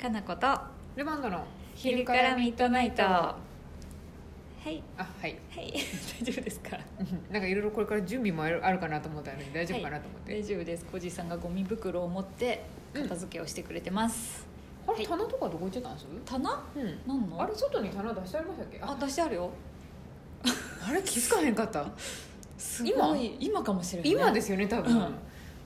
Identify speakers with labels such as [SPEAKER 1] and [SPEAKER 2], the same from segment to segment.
[SPEAKER 1] かなこと
[SPEAKER 2] ルマンドの
[SPEAKER 1] 昼からミッドナイトはい
[SPEAKER 2] あはい
[SPEAKER 1] はい 大丈夫ですか
[SPEAKER 2] うんなんかいろいろこれから準備もあるあるかなと思ったので大丈夫かなと思って、
[SPEAKER 1] 大丈夫です小じさんがゴミ袋を持って片付けをしてくれてます、
[SPEAKER 2] あれ
[SPEAKER 1] はい
[SPEAKER 2] 棚とかどこ行っちゃったんです
[SPEAKER 1] 棚
[SPEAKER 2] うん
[SPEAKER 1] 何の
[SPEAKER 2] あれ外に棚出してありましたっけ
[SPEAKER 1] あ
[SPEAKER 2] あ
[SPEAKER 1] 出してあるよ
[SPEAKER 2] あれ気づかへんかった
[SPEAKER 1] すごい今かもしれない
[SPEAKER 2] 今ですすよね多分、
[SPEAKER 1] うん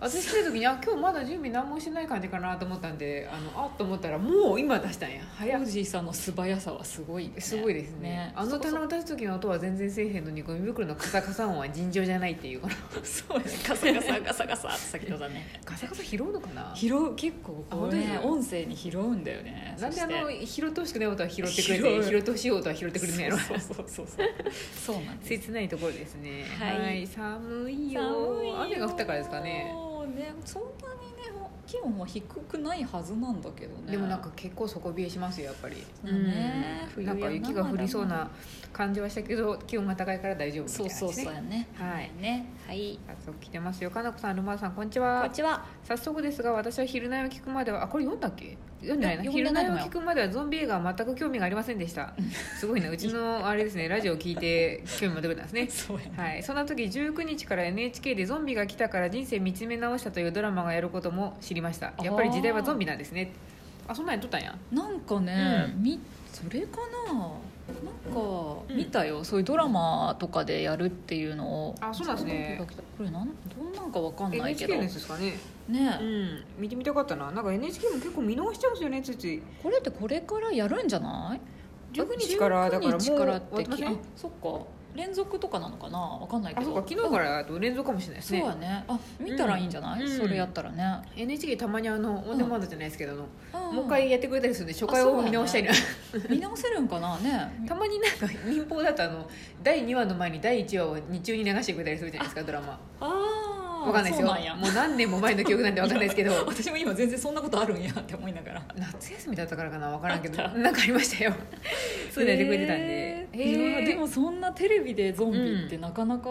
[SPEAKER 2] 私来た時にあ今日まだ準備何もしてない感じかなと思ったんであのあっと思ったらもう今出したんや早
[SPEAKER 1] 小
[SPEAKER 2] い
[SPEAKER 1] じさんの素早さはすごい
[SPEAKER 2] すごいですねあの棚を出す時の音は全然せえへんのにゴミ袋のカサカサ音は尋常じゃないっていうから
[SPEAKER 1] そうですガサガサガサガサ先ほどね
[SPEAKER 2] カサカサ拾うのかな
[SPEAKER 1] 拾う結構
[SPEAKER 2] あ
[SPEAKER 1] こ
[SPEAKER 2] 本
[SPEAKER 1] う
[SPEAKER 2] 当です
[SPEAKER 1] ね音声に拾うんだよね
[SPEAKER 2] なんで
[SPEAKER 1] そ
[SPEAKER 2] あ
[SPEAKER 1] して
[SPEAKER 2] の拾ってほしくない音は拾ってくれ
[SPEAKER 1] 拾
[SPEAKER 2] て
[SPEAKER 1] う
[SPEAKER 2] 拾ってほしい音は拾ってくれないやろ
[SPEAKER 1] そうそうそうそうそうそうなんです
[SPEAKER 2] 切ないところですね
[SPEAKER 1] はい
[SPEAKER 2] 寒いよ
[SPEAKER 1] 寒いよ
[SPEAKER 2] 雨が降ったからですかね
[SPEAKER 1] ねそんなにね気温は低くないはずなんだけどね
[SPEAKER 2] でもなんか結構底冷えしますよやっぱり、
[SPEAKER 1] そうね
[SPEAKER 2] うん
[SPEAKER 1] 冬
[SPEAKER 2] なんか
[SPEAKER 1] やな
[SPEAKER 2] 雪が降りそうな感じはしたけど気温が高いから大丈夫みた
[SPEAKER 1] そ
[SPEAKER 2] いうな
[SPEAKER 1] そうそうやね
[SPEAKER 2] はい
[SPEAKER 1] ねはい
[SPEAKER 2] 早速来てますよかなこさんルマーさんこんにち
[SPEAKER 1] こん
[SPEAKER 2] は
[SPEAKER 1] にちは
[SPEAKER 2] 早速ですが私は「昼寝を聞くまでは」あこれ読んだっけ読んでないない「
[SPEAKER 1] や
[SPEAKER 2] 昼寝を
[SPEAKER 1] 読んでない
[SPEAKER 2] 聞くまではゾンビ映画は全く興味がありませんでした」すごいなうちのあれですねラジオを聞いて興味持ってくれたんですね
[SPEAKER 1] そうやね
[SPEAKER 2] はい、そんな時19日から NHK で「ゾンビが来たから人生見つめ直した」というドラマがやることも知りましたやっぱり時代はゾンビなんですねあそんなんやっとったんや
[SPEAKER 1] なんかね、
[SPEAKER 2] うん
[SPEAKER 1] みそれかななんか
[SPEAKER 2] うん
[SPEAKER 1] 見たよ、そういうドラマとかでやるっていうのを
[SPEAKER 2] あそうなんですね
[SPEAKER 1] これなんどんなんかわかんないけ
[SPEAKER 2] NHK
[SPEAKER 1] ど
[SPEAKER 2] のや
[SPEAKER 1] ね
[SPEAKER 2] つですかねうん見てみたかったななんか NHK も結構見直しちゃうんですよねついつい
[SPEAKER 1] これってこれからやるんじゃない
[SPEAKER 2] 19日からだからもう
[SPEAKER 1] 19日からっ
[SPEAKER 2] 終わっててま
[SPEAKER 1] き
[SPEAKER 2] せん
[SPEAKER 1] あそっか連続とかなのかなわかんないけ
[SPEAKER 2] あ
[SPEAKER 1] ど
[SPEAKER 2] そうか昨日からだと連続かもしれないです
[SPEAKER 1] そう
[SPEAKER 2] ね
[SPEAKER 1] やねあ見たらいいんじゃない、
[SPEAKER 2] うん
[SPEAKER 1] それやったらね、
[SPEAKER 2] NHK たまにあのオンデマンドじゃないですけどあの
[SPEAKER 1] うん
[SPEAKER 2] もう一回やってくれたりするんで初回
[SPEAKER 1] あそう
[SPEAKER 2] を
[SPEAKER 1] だね
[SPEAKER 2] 見直したいな
[SPEAKER 1] 見直せるんかなね
[SPEAKER 2] たまになんか民放だとあの第2話の前に第1話を日中に流してくれたりするじゃないですかドラマ
[SPEAKER 1] ああ
[SPEAKER 2] わかんないですよ
[SPEAKER 1] そうなんや
[SPEAKER 2] もう何年も前の記憶なんでわかんないですけど
[SPEAKER 1] 私も今全然そんなことあるんやって思いながら
[SPEAKER 2] 夏休みだったからかな分からんけど
[SPEAKER 1] あった
[SPEAKER 2] なんかあり ましたよそういうのやってくれてたんで
[SPEAKER 1] えーいや
[SPEAKER 2] へー
[SPEAKER 1] でもそんなテレビでゾンビって
[SPEAKER 2] うん
[SPEAKER 1] なかなか、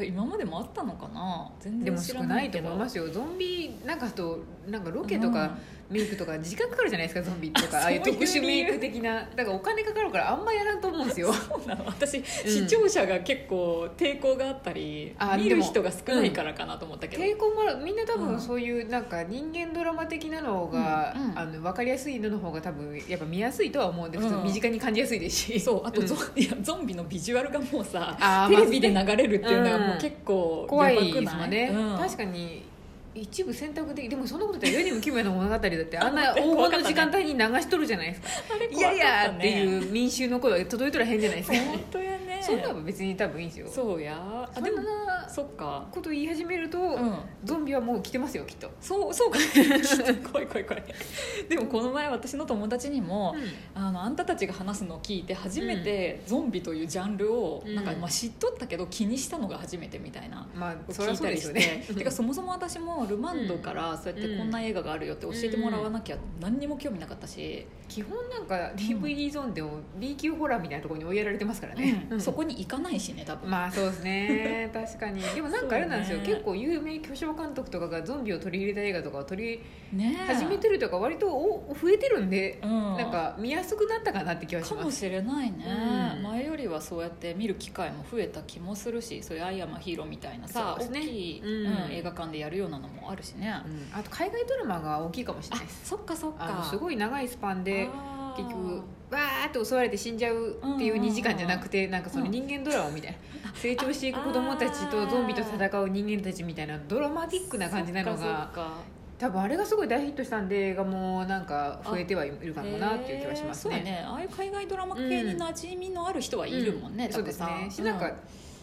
[SPEAKER 1] え今までもあったのかな全
[SPEAKER 2] で
[SPEAKER 1] 然
[SPEAKER 2] も
[SPEAKER 1] 知
[SPEAKER 2] 少
[SPEAKER 1] ら
[SPEAKER 2] な
[SPEAKER 1] ない
[SPEAKER 2] いと
[SPEAKER 1] けど
[SPEAKER 2] 思いますよゾンビなんかとなんかロケとかメイクとか時間かかるじゃないですかゾンビとか
[SPEAKER 1] あ
[SPEAKER 2] ああいう
[SPEAKER 1] そういう
[SPEAKER 2] 特殊メイ
[SPEAKER 1] 理
[SPEAKER 2] ク
[SPEAKER 1] 由
[SPEAKER 2] 的なだからお金かかるからあんまやらんと思うんですよ
[SPEAKER 1] そうなの私、視聴者が結構抵抗があったり
[SPEAKER 2] あ
[SPEAKER 1] 見
[SPEAKER 2] で
[SPEAKER 1] る
[SPEAKER 2] も
[SPEAKER 1] 人が少ないからかなと思ったけど、
[SPEAKER 2] 抵抗もあるみんな多
[SPEAKER 1] うん
[SPEAKER 2] 分そういうなんか人間ドラマ的なのが、
[SPEAKER 1] うんうん
[SPEAKER 2] あの分かりやすいのの方が多分やっぱ見やすいとは思うんで普通
[SPEAKER 1] うん
[SPEAKER 2] 身近に感じやすいですし、
[SPEAKER 1] そうあと
[SPEAKER 2] ん
[SPEAKER 1] ゾン,、いやゾンビのビジュアルがもうさ
[SPEAKER 2] あー
[SPEAKER 1] テレビで
[SPEAKER 2] まあ
[SPEAKER 1] 流れるっていうのが
[SPEAKER 2] うん
[SPEAKER 1] もう結構
[SPEAKER 2] 怖
[SPEAKER 1] やば
[SPEAKER 2] い
[SPEAKER 1] くな
[SPEAKER 2] ですもんね、
[SPEAKER 1] うん
[SPEAKER 2] 確かに一部選択的でもそんなこと言ったら世にも奇妙な物語だってあんな
[SPEAKER 1] 待って
[SPEAKER 2] 黄
[SPEAKER 1] 怖かったね
[SPEAKER 2] 金の時間帯に流しとるじゃないですか
[SPEAKER 1] あれ
[SPEAKER 2] い
[SPEAKER 1] 怖か
[SPEAKER 2] やい
[SPEAKER 1] った
[SPEAKER 2] や
[SPEAKER 1] ね
[SPEAKER 2] っていう民衆の声が届いとらへんじゃないですか、
[SPEAKER 1] 本当やね
[SPEAKER 2] そんなの別に多分いいんですよ
[SPEAKER 1] そうやあ
[SPEAKER 2] そん
[SPEAKER 1] でも
[SPEAKER 2] な
[SPEAKER 1] そっか
[SPEAKER 2] こと言い始めると、
[SPEAKER 1] うん
[SPEAKER 2] ゾンビはもう来てますよきっと、
[SPEAKER 1] そうそうか 怖い怖い怖いでもこの前私の友達にも、あのあんたたちが話すのを聞いて初めてゾンビというジャンルを、
[SPEAKER 2] うん
[SPEAKER 1] なんかまあ知っとったけど気にしたのが初めてみたいな。
[SPEAKER 2] まあそり
[SPEAKER 1] 聞
[SPEAKER 2] ゃ
[SPEAKER 1] い
[SPEAKER 2] そう
[SPEAKER 1] た
[SPEAKER 2] で
[SPEAKER 1] り
[SPEAKER 2] す
[SPEAKER 1] し
[SPEAKER 2] よ
[SPEAKER 1] て
[SPEAKER 2] ね
[SPEAKER 1] てかそもそも私もルマンドからそうやってこんな映画があるよって教えてもらわなきゃ何にも興味なかったし、
[SPEAKER 2] 基本なんか DVD ゾーンでも B 級ホラーみたいなところに追いやられてますからね、
[SPEAKER 1] うん
[SPEAKER 2] うん
[SPEAKER 1] そこに行かないしね多分、
[SPEAKER 2] まあそうです ね確かにでもなんかあれなんですよ、
[SPEAKER 1] そうね
[SPEAKER 2] 結構有名巨匠監督とかがゾンビを取り入れた映画とかを取り
[SPEAKER 1] ねえ
[SPEAKER 2] 始めてるとか割とお増えてるんで、
[SPEAKER 1] うん
[SPEAKER 2] なんか見やすくなったかなって気はし
[SPEAKER 1] か
[SPEAKER 2] ま
[SPEAKER 1] も
[SPEAKER 2] す
[SPEAKER 1] しれないね、
[SPEAKER 2] うん
[SPEAKER 1] 前よりはそうやって見る機会も増えた気もするしそういう「アイアムヒーロー」みたいなさ、
[SPEAKER 2] そうで
[SPEAKER 1] 大
[SPEAKER 2] すね
[SPEAKER 1] きい、
[SPEAKER 2] うん
[SPEAKER 1] うん映画館でやるようなのもあるしね、
[SPEAKER 2] うんあと海外ドラマが大きいかもしれ
[SPEAKER 1] あ
[SPEAKER 2] ないです
[SPEAKER 1] そっかそっ
[SPEAKER 2] あの
[SPEAKER 1] か
[SPEAKER 2] すごい長いスパンで
[SPEAKER 1] あー
[SPEAKER 2] 結局わーって襲われて死んじゃうっていう2時間じゃなくてなんかその人間ドラマみたいな成長していく子供たちとゾンビと戦う人間たちみたいなドラマティックな感じなの
[SPEAKER 1] そっか
[SPEAKER 2] が多分あれがすごい大ヒットしたんで映画もなんか増えてはいる
[SPEAKER 1] そ
[SPEAKER 2] か
[SPEAKER 1] っか
[SPEAKER 2] もなっていう気はしま
[SPEAKER 1] へーそ
[SPEAKER 2] す
[SPEAKER 1] う
[SPEAKER 2] ね。
[SPEAKER 1] やねああいう海外ドラマ系に馴染みのある人はいるもんね、
[SPEAKER 2] う
[SPEAKER 1] た
[SPEAKER 2] そう
[SPEAKER 1] く
[SPEAKER 2] です
[SPEAKER 1] さん
[SPEAKER 2] ねしなんか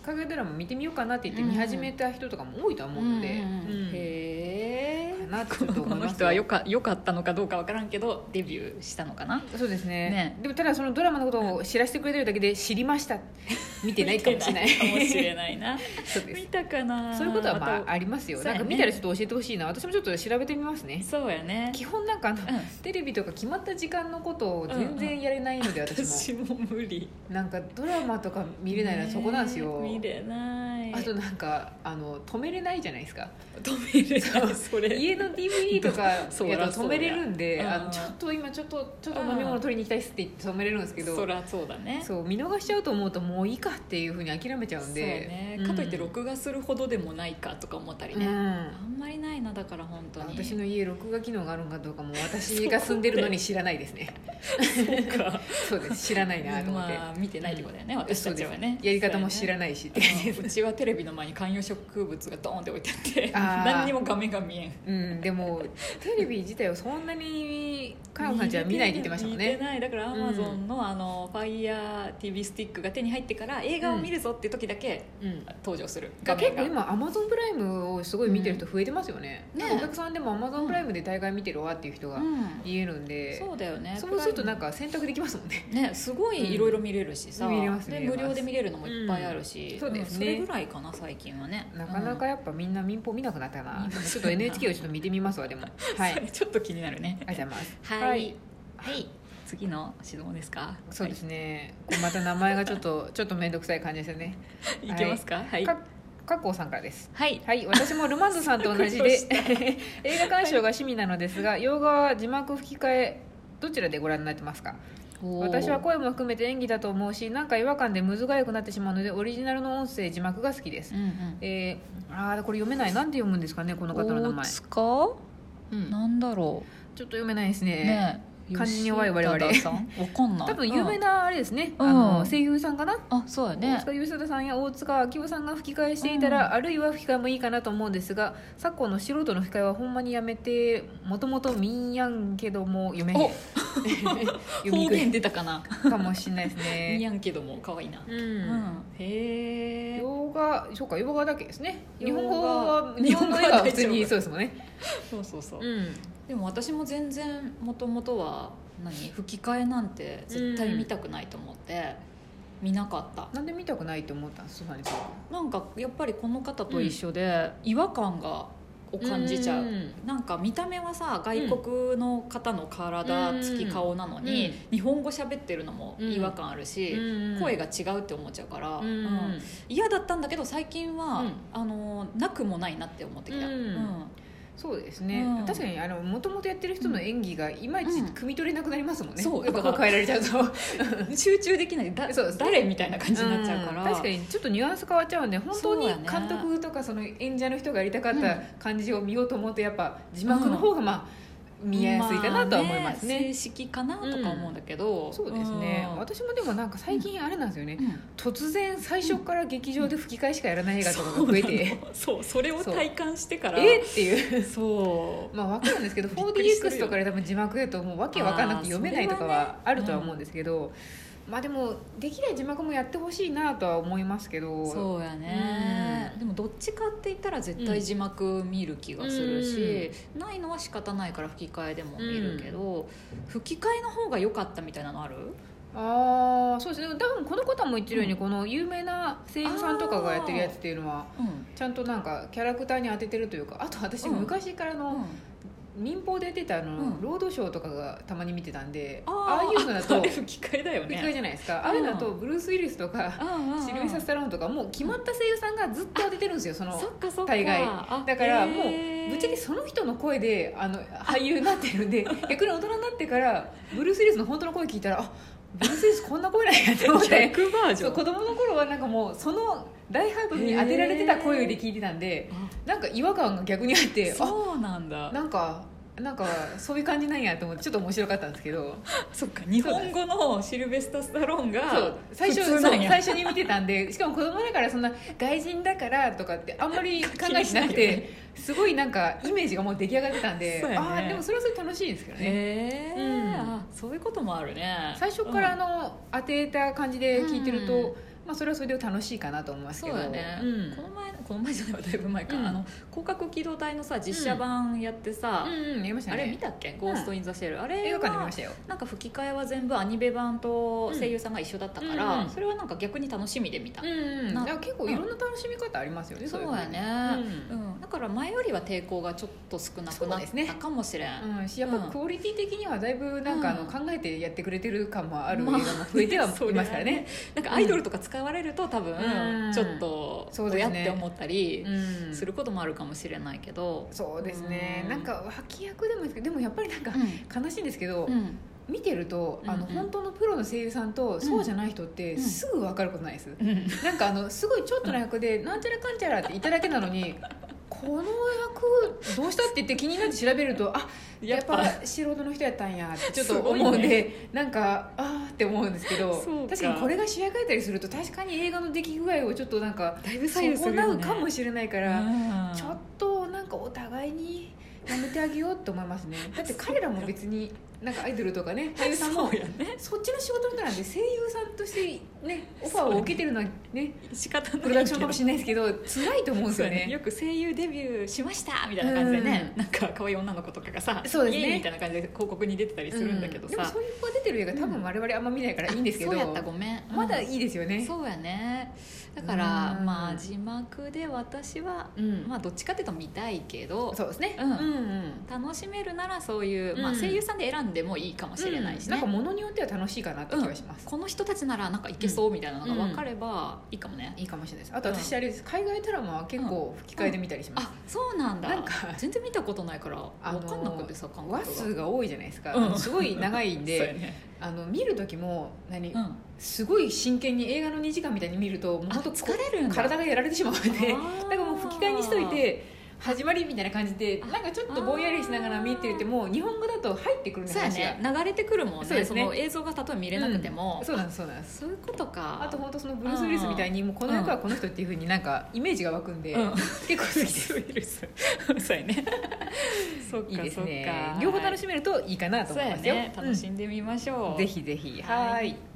[SPEAKER 2] 海外ドラマ見てみようかなって言って見始めた人とかも多いとは
[SPEAKER 1] うん
[SPEAKER 2] 思うので、
[SPEAKER 1] うんうん
[SPEAKER 2] うん
[SPEAKER 1] へえ
[SPEAKER 2] かなってちょっと
[SPEAKER 1] こ
[SPEAKER 2] 思い
[SPEAKER 1] の
[SPEAKER 2] ますよ
[SPEAKER 1] 人はよかよかったのかどうかわからんけどデビューしたのかな
[SPEAKER 2] そうですね
[SPEAKER 1] ね
[SPEAKER 2] でもただそのドラマのことを知らせてくれてるだけで知りました見てないかもしれな い
[SPEAKER 1] 見てかもしれない な
[SPEAKER 2] そうです
[SPEAKER 1] 見たかな
[SPEAKER 2] そういうことはまあ
[SPEAKER 1] た
[SPEAKER 2] ありますよ、
[SPEAKER 1] そうや
[SPEAKER 2] な
[SPEAKER 1] ね
[SPEAKER 2] んか見たらちょっと教えてほしいな私もちょっと調べてみますね
[SPEAKER 1] そうやね
[SPEAKER 2] 基本なんかあの、
[SPEAKER 1] うん
[SPEAKER 2] テレビとか決まった時間のことを全然やれな いので、私も
[SPEAKER 1] 私も無理
[SPEAKER 2] なんかドラマとか見れないのはそこなんですよ、
[SPEAKER 1] ね見れないい
[SPEAKER 2] あとなんかあの止めれないじゃないですか
[SPEAKER 1] 止めれないそれ
[SPEAKER 2] 家の DVD とか やと
[SPEAKER 1] そうだ
[SPEAKER 2] 止めれるんで
[SPEAKER 1] そうだ
[SPEAKER 2] あ
[SPEAKER 1] う
[SPEAKER 2] の
[SPEAKER 1] ん
[SPEAKER 2] ちょっと今ちょっとちょっと飲み物取りに行きたいっすって言って止めれるんですけど
[SPEAKER 1] そりゃそうだね
[SPEAKER 2] そう見逃しちゃうと思うともういいかっていうふうに諦めちゃうんで
[SPEAKER 1] ね
[SPEAKER 2] うん
[SPEAKER 1] かといって録画するほどでもないかとか思ったり
[SPEAKER 2] う
[SPEAKER 1] ね、
[SPEAKER 2] ん
[SPEAKER 1] あんまりないなだから本当に
[SPEAKER 2] 私の家録画機能があるのかどうかも 私が住んでるのに知らないですね
[SPEAKER 1] そうか
[SPEAKER 2] そうです知らないなと思って、
[SPEAKER 1] まあ見てないってことだよね、私
[SPEAKER 2] そ
[SPEAKER 1] た
[SPEAKER 2] う
[SPEAKER 1] ち
[SPEAKER 2] です
[SPEAKER 1] はね
[SPEAKER 2] やり方も知ら
[SPEAKER 1] ない
[SPEAKER 2] ないしって感じで
[SPEAKER 1] う
[SPEAKER 2] す
[SPEAKER 1] んうちはテレビの前に観葉植物がドーンって置いてあって
[SPEAKER 2] あー
[SPEAKER 1] 何にも画面が見えん
[SPEAKER 2] うん、でもテレビ自体をそんなに佳代さんちは見ないって言ってましたもん
[SPEAKER 1] 見て
[SPEAKER 2] ね
[SPEAKER 1] ないだからア
[SPEAKER 2] うん
[SPEAKER 1] マゾンのあのファイヤー TV スティックが手に入ってから映画を見るぞっていう時だけ
[SPEAKER 2] うん
[SPEAKER 1] 登場する画
[SPEAKER 2] が結
[SPEAKER 1] 面
[SPEAKER 2] 構
[SPEAKER 1] が
[SPEAKER 2] 今アマゾンプライムをすごい見てる人増えてますよね,、
[SPEAKER 1] うんね
[SPEAKER 2] なんかお客さんでもアマゾンプライムで大概見てるわっていう人が
[SPEAKER 1] うん
[SPEAKER 2] 言えるんで、
[SPEAKER 1] そうだよね
[SPEAKER 2] そうするとなんか選択できますもんね
[SPEAKER 1] ねすごいいろいろ見れるしさ、
[SPEAKER 2] うん見れます
[SPEAKER 1] で
[SPEAKER 2] 見れ
[SPEAKER 1] 無
[SPEAKER 2] ます
[SPEAKER 1] 料で見れるのもいっぱいあるし、
[SPEAKER 2] うんそうですね
[SPEAKER 1] んそれぐらいかな最近はね
[SPEAKER 2] なかなか、やっぱみんな民放見なくなったな、
[SPEAKER 1] 見ます
[SPEAKER 2] ちょっと NHK をちょっと見てみますわ でも
[SPEAKER 1] うん
[SPEAKER 2] はいありが
[SPEAKER 1] ちょっと気になるね
[SPEAKER 2] とうございます
[SPEAKER 1] はいはい、次の質問ですか
[SPEAKER 2] そうですね、こうまた名前がちょっとちょっと面倒くさい感じですよね
[SPEAKER 1] はい、いけますかはい
[SPEAKER 2] かかっこうさんからです
[SPEAKER 1] はい
[SPEAKER 2] はい、私もルマンズさんと同じ
[SPEAKER 1] びっくり
[SPEAKER 2] で
[SPEAKER 1] し
[SPEAKER 2] 映画鑑賞が趣味なのですが洋画は字幕吹き替えどちらでご覧になってますか私は声も含めて演技だと思うしなんか違和感で難しくなってしまうのでオリジナルの音声字幕が好きです、
[SPEAKER 1] うんうん
[SPEAKER 2] えー、あーこれ読めないなんて読むんですかねこの方の名前
[SPEAKER 1] 大、塚
[SPEAKER 2] うんちょっ
[SPEAKER 1] なんだろ
[SPEAKER 2] と読めないですね
[SPEAKER 1] うね
[SPEAKER 2] 漢字に弱い我々
[SPEAKER 1] 吉田さんわかんない
[SPEAKER 2] 多分有名
[SPEAKER 1] うん
[SPEAKER 2] なあれですね、
[SPEAKER 1] うん
[SPEAKER 2] あ
[SPEAKER 1] うん
[SPEAKER 2] の声優さんかな
[SPEAKER 1] あそうや
[SPEAKER 2] 大
[SPEAKER 1] ね
[SPEAKER 2] 塚優秀さんや大塚明夫さんが吹き替えしていたら、
[SPEAKER 1] うん
[SPEAKER 2] あるいは吹き替えもいいかなと思うんですが昨今の素人の吹き替えはほんまにやめてもともと民やんけども読めへん読み
[SPEAKER 1] 方
[SPEAKER 2] にく
[SPEAKER 1] 言
[SPEAKER 2] い
[SPEAKER 1] 出たかな
[SPEAKER 2] かもしれないです
[SPEAKER 1] 似
[SPEAKER 2] ね
[SPEAKER 1] やんけども可愛いな
[SPEAKER 2] う
[SPEAKER 1] うんへえ
[SPEAKER 2] 洋画そうか洋画だけですね日
[SPEAKER 1] 洋画
[SPEAKER 2] 本語は
[SPEAKER 1] 日
[SPEAKER 2] 日
[SPEAKER 1] 本
[SPEAKER 2] 本
[SPEAKER 1] 語
[SPEAKER 2] 語
[SPEAKER 1] は
[SPEAKER 2] 映
[SPEAKER 1] 大丈夫
[SPEAKER 2] 画は普通にそうですもんね
[SPEAKER 1] そうそうそう
[SPEAKER 2] うん
[SPEAKER 1] でも私も全然もともとは何吹き替えなんて絶対見たくないと思って見なかった
[SPEAKER 2] なんで見たくないと思ったんですかね
[SPEAKER 1] なんかやっぱりこの方と一緒で違和感がを感じちゃう、
[SPEAKER 2] ん
[SPEAKER 1] なんか見た目はさ外国の方の体つき顔なのに、
[SPEAKER 2] うん
[SPEAKER 1] 日本語喋ってるのも違和感あるし、声が違うって思っちゃうから、
[SPEAKER 2] うん
[SPEAKER 1] うん嫌だったんだけど最近は、
[SPEAKER 2] うん
[SPEAKER 1] あのなくもないなって思ってきた、
[SPEAKER 2] うん
[SPEAKER 1] うん
[SPEAKER 2] そうですね、
[SPEAKER 1] うん
[SPEAKER 2] 確かにあの元々やってる人の演技がいまいち汲み取れなくなりますもんね、
[SPEAKER 1] うんそう
[SPEAKER 2] やっぱこ
[SPEAKER 1] だ
[SPEAKER 2] う
[SPEAKER 1] から
[SPEAKER 2] 変えられちゃうと
[SPEAKER 1] 集中できないだ
[SPEAKER 2] そうです
[SPEAKER 1] 誰みたいな 感じになっちゃうから、
[SPEAKER 2] うん確かにちょっとニュアンス変わっちゃうんで本当に
[SPEAKER 1] そうだね
[SPEAKER 2] 監督とかその演者の人がやりたかっ
[SPEAKER 1] う
[SPEAKER 2] た
[SPEAKER 1] ん
[SPEAKER 2] 感じを見ようと思うとやっぱ字幕の方がまあ見やすいかなとは思いますね,、
[SPEAKER 1] あ正式かなとか思うんだけど、
[SPEAKER 2] そうですね、
[SPEAKER 1] うん
[SPEAKER 2] 私もでもなんか最近あれなんですよね、
[SPEAKER 1] うん
[SPEAKER 2] 突然最初から劇場で吹き替えしかやらない映画とか
[SPEAKER 1] そう
[SPEAKER 2] が
[SPEAKER 1] な
[SPEAKER 2] 増
[SPEAKER 1] の
[SPEAKER 2] えて、
[SPEAKER 1] そうそれを
[SPEAKER 2] そう
[SPEAKER 1] 体感してから
[SPEAKER 2] えっっていう
[SPEAKER 1] そう
[SPEAKER 2] まあ分かるんですけど
[SPEAKER 1] びっくりする
[SPEAKER 2] 4DX とかで多分字幕だともう訳分かんなくて読めないとかはあるとは思うんですけど、まあでもできない字幕もやってほしいなとは思いますけど
[SPEAKER 1] そうやね、
[SPEAKER 2] うん
[SPEAKER 1] でもどっちかって言ったら絶対字幕見る気がするし、ないのは仕方ないから吹き替えでも見るけど、吹き替えの方が良かったみたいなのある
[SPEAKER 2] ああそうですね多分この方も言ってるように、
[SPEAKER 1] うん
[SPEAKER 2] この有名な声優さんとかがやってるやつっていうのは
[SPEAKER 1] うん
[SPEAKER 2] ちゃんとなんかキャラクターに当ててるというかあと私
[SPEAKER 1] うん
[SPEAKER 2] 昔から
[SPEAKER 1] う
[SPEAKER 2] の
[SPEAKER 1] ん
[SPEAKER 2] 民放でやってたあの、
[SPEAKER 1] うん
[SPEAKER 2] ロードショーとかがたまに見てたんで、
[SPEAKER 1] あー
[SPEAKER 2] ああいうのだ
[SPEAKER 1] あ
[SPEAKER 2] と
[SPEAKER 1] れ吹き替えだよ
[SPEAKER 2] びっくり
[SPEAKER 1] ね
[SPEAKER 2] じゃないですか、
[SPEAKER 1] ん
[SPEAKER 2] ああいうのだとブルース・ウィリスと
[SPEAKER 1] あ
[SPEAKER 2] か、
[SPEAKER 1] あああ
[SPEAKER 2] シルビサ・スタローンとかもう決まった声優さんがずっと当ててるんですよその
[SPEAKER 1] そっかそっか
[SPEAKER 2] 大概
[SPEAKER 1] あ
[SPEAKER 2] だからもう
[SPEAKER 1] へー
[SPEAKER 2] ぶっちゃけその人の声であの俳優になってる んで逆に大人になってからブルース・ウィリスの本当の声聞いたらあブルース・ウィリスこんな声なんやって 思って。
[SPEAKER 1] 逆バージ
[SPEAKER 2] そ
[SPEAKER 1] ョ
[SPEAKER 2] う
[SPEAKER 1] ン
[SPEAKER 2] 子供の頃はなんかもうその大ハーブに当てられてた声で聞いてたんでなんか違和感が逆にあって
[SPEAKER 1] あ
[SPEAKER 2] あ
[SPEAKER 1] そうなんだ
[SPEAKER 2] なんかなんかそういう感じなんやと思ってちょっと面白かったんですけど
[SPEAKER 1] そっか日本語のシルベスタ・スタローン
[SPEAKER 2] そ
[SPEAKER 1] が
[SPEAKER 2] う最初
[SPEAKER 1] 普
[SPEAKER 2] そう
[SPEAKER 1] 通なん
[SPEAKER 2] 最
[SPEAKER 1] や
[SPEAKER 2] 初に見てたんでし かも子供だからそんな外人だからとかってあんまり考えてなく
[SPEAKER 1] 気にしないよ
[SPEAKER 2] てすごいなんかイメージがもう出来上がってたんで、
[SPEAKER 1] そうやね
[SPEAKER 2] ああでもそれはそれで楽しいんですけどね
[SPEAKER 1] へえ、
[SPEAKER 2] うん
[SPEAKER 1] あそういうこともあるね
[SPEAKER 2] 最初からあの当てた感じで聞いてると、
[SPEAKER 1] うん
[SPEAKER 2] まあ、それはそれで楽しいかなと思います
[SPEAKER 1] そ
[SPEAKER 2] け
[SPEAKER 1] う
[SPEAKER 2] ど
[SPEAKER 1] だね、
[SPEAKER 2] うん
[SPEAKER 1] この前この前じゃないわだいぶ前か、
[SPEAKER 2] うん
[SPEAKER 1] あの広角機動隊のさ実写版やってさ、
[SPEAKER 2] うんうん、やりました
[SPEAKER 1] あ
[SPEAKER 2] ね
[SPEAKER 1] れ見たっけ「ゴースト・イン・ザ・シェル」あれ
[SPEAKER 2] 映画館で見
[SPEAKER 1] は
[SPEAKER 2] ましたよ
[SPEAKER 1] なんか吹き替えは全部アニメ版と声優さんが一緒だったから、
[SPEAKER 2] うんうん
[SPEAKER 1] それはなんか逆に楽しみで見た、
[SPEAKER 2] うんうん、
[SPEAKER 1] な
[SPEAKER 2] だから結構いろんな楽しみ方ありますよね、
[SPEAKER 1] そう
[SPEAKER 2] いうの
[SPEAKER 1] やね、う
[SPEAKER 2] うん
[SPEAKER 1] だから迷前よりは抵抗がちょっと少なくなっ
[SPEAKER 2] そうですね
[SPEAKER 1] たかもしれん、
[SPEAKER 2] うん、しやっぱ
[SPEAKER 1] うん
[SPEAKER 2] クオリティ的にはだいぶなんかあの
[SPEAKER 1] うん
[SPEAKER 2] 考えてやってくれてる感もある映画
[SPEAKER 1] まあ
[SPEAKER 2] も増えて はいますからね。
[SPEAKER 1] なんかアイドルとか使われると多分
[SPEAKER 2] うん
[SPEAKER 1] ちょっと
[SPEAKER 2] そうで
[SPEAKER 1] 親
[SPEAKER 2] す
[SPEAKER 1] っ
[SPEAKER 2] ね
[SPEAKER 1] て思ったり
[SPEAKER 2] うん
[SPEAKER 1] することもあるかもしれないけど、
[SPEAKER 2] そうですね、
[SPEAKER 1] うん
[SPEAKER 2] なんか脇役でもいいですけどでもやっぱりなんか
[SPEAKER 1] う
[SPEAKER 2] 悲しいんですけど、
[SPEAKER 1] んうん
[SPEAKER 2] 見てるとあの、
[SPEAKER 1] うんうん
[SPEAKER 2] 本当のプロの声優さんとそうじゃない人って
[SPEAKER 1] うん
[SPEAKER 2] すぐ分かることないです、
[SPEAKER 1] うん
[SPEAKER 2] なんかあのすごいちょっとの役で「なんちゃらかんちゃら」って言っただけなのにこの役どうしたって言って気になって調べるとあやっぱ素人の人やったんやってちょっと思うん
[SPEAKER 1] すご
[SPEAKER 2] で、
[SPEAKER 1] い
[SPEAKER 2] なんかあーって思うんですけど
[SPEAKER 1] そうか
[SPEAKER 2] 確かにこれが主役やったりすると確かに映画の出来具合をちょっとなんか
[SPEAKER 1] だいぶ左右す
[SPEAKER 2] 損
[SPEAKER 1] るよ、
[SPEAKER 2] なう
[SPEAKER 1] ね、
[SPEAKER 2] かもしれないから。
[SPEAKER 1] うん
[SPEAKER 2] ちょっとなんかお互いにやめてあげようって思いますねだって彼らも別になんかアイドルとかね俳優さんも
[SPEAKER 1] そうやね
[SPEAKER 2] そっちの仕事の人なんで声優さんとしてねオファーを受けてるのはね
[SPEAKER 1] 仕方ない
[SPEAKER 2] プロダクションかも
[SPEAKER 1] し
[SPEAKER 2] しれないですけど辛いと思うんですよね
[SPEAKER 1] よく声優デビューしましたみたいな感じでね、なんか可愛い女の子とかがさ
[SPEAKER 2] そうですね
[SPEAKER 1] イエイみたいな感じで広告に出てたりするんだけど
[SPEAKER 2] うでも
[SPEAKER 1] さ、
[SPEAKER 2] そういう子が出てる映画多分我々あんま見ないからいいんですけど、
[SPEAKER 1] そうやったごめん、
[SPEAKER 2] まだ
[SPEAKER 1] うん
[SPEAKER 2] いいですよね、
[SPEAKER 1] そうやねだから、
[SPEAKER 2] うん
[SPEAKER 1] まあ字幕で私は、
[SPEAKER 2] うん
[SPEAKER 1] まあ、どっちかっていうと見たいけど
[SPEAKER 2] そうですね
[SPEAKER 1] うん
[SPEAKER 2] うん
[SPEAKER 1] 楽しめるならそういう、まあ、
[SPEAKER 2] うん
[SPEAKER 1] 声優さんで選んでもいいかもしれないし
[SPEAKER 2] うんなん
[SPEAKER 1] ね、
[SPEAKER 2] か物によっては楽しいかなって気がします、
[SPEAKER 1] この人たちならなんかいけそうみたいなのが分かればいいかもね、
[SPEAKER 2] いいかもしれないですあと私あれです海外ドラマは結構吹き替えで見たりします、
[SPEAKER 1] あそうなんだ
[SPEAKER 2] なんか
[SPEAKER 1] 全然見たことないから
[SPEAKER 2] あの
[SPEAKER 1] 分かんなくてさ感
[SPEAKER 2] 話
[SPEAKER 1] 覚
[SPEAKER 2] 数
[SPEAKER 1] が
[SPEAKER 2] が多いじゃないですか、
[SPEAKER 1] うん
[SPEAKER 2] すごい長いん
[SPEAKER 1] そうや
[SPEAKER 2] で
[SPEAKER 1] ね
[SPEAKER 2] あの見る時も何、
[SPEAKER 1] うん
[SPEAKER 2] すごい真剣に映画の2時間みたいに見るともう
[SPEAKER 1] あ
[SPEAKER 2] 本当
[SPEAKER 1] 疲れるんだ
[SPEAKER 2] 体がやられてしまうので
[SPEAKER 1] あ
[SPEAKER 2] だ
[SPEAKER 1] ー
[SPEAKER 2] からもう吹き替えにしといて始まりみたいな感じで
[SPEAKER 1] あ
[SPEAKER 2] なんかちょっとぼんやりしながら見てても日本語だと入ってくるんで
[SPEAKER 1] そう
[SPEAKER 2] す
[SPEAKER 1] や
[SPEAKER 2] よ
[SPEAKER 1] ね流れてくるもんね
[SPEAKER 2] そ
[SPEAKER 1] そう
[SPEAKER 2] ですね
[SPEAKER 1] の映像が例えば見れなくても、
[SPEAKER 2] そうなんですそうなんです
[SPEAKER 1] そういうことか
[SPEAKER 2] あと本当そのブルース・ウィルスみたいにもうこの役はこの人っていうふうになんかイメージが湧くんで、
[SPEAKER 1] うん
[SPEAKER 2] 結構好きです
[SPEAKER 1] ウイルス そうやね そっか
[SPEAKER 2] いいです
[SPEAKER 1] そっ
[SPEAKER 2] ね
[SPEAKER 1] か
[SPEAKER 2] 両方楽
[SPEAKER 1] し
[SPEAKER 2] しめるといいかなと
[SPEAKER 1] そう
[SPEAKER 2] 思い
[SPEAKER 1] や
[SPEAKER 2] ますよ、
[SPEAKER 1] ね
[SPEAKER 2] うん
[SPEAKER 1] 楽しんでみましょう、
[SPEAKER 2] ぜひぜひ
[SPEAKER 1] はい
[SPEAKER 2] はい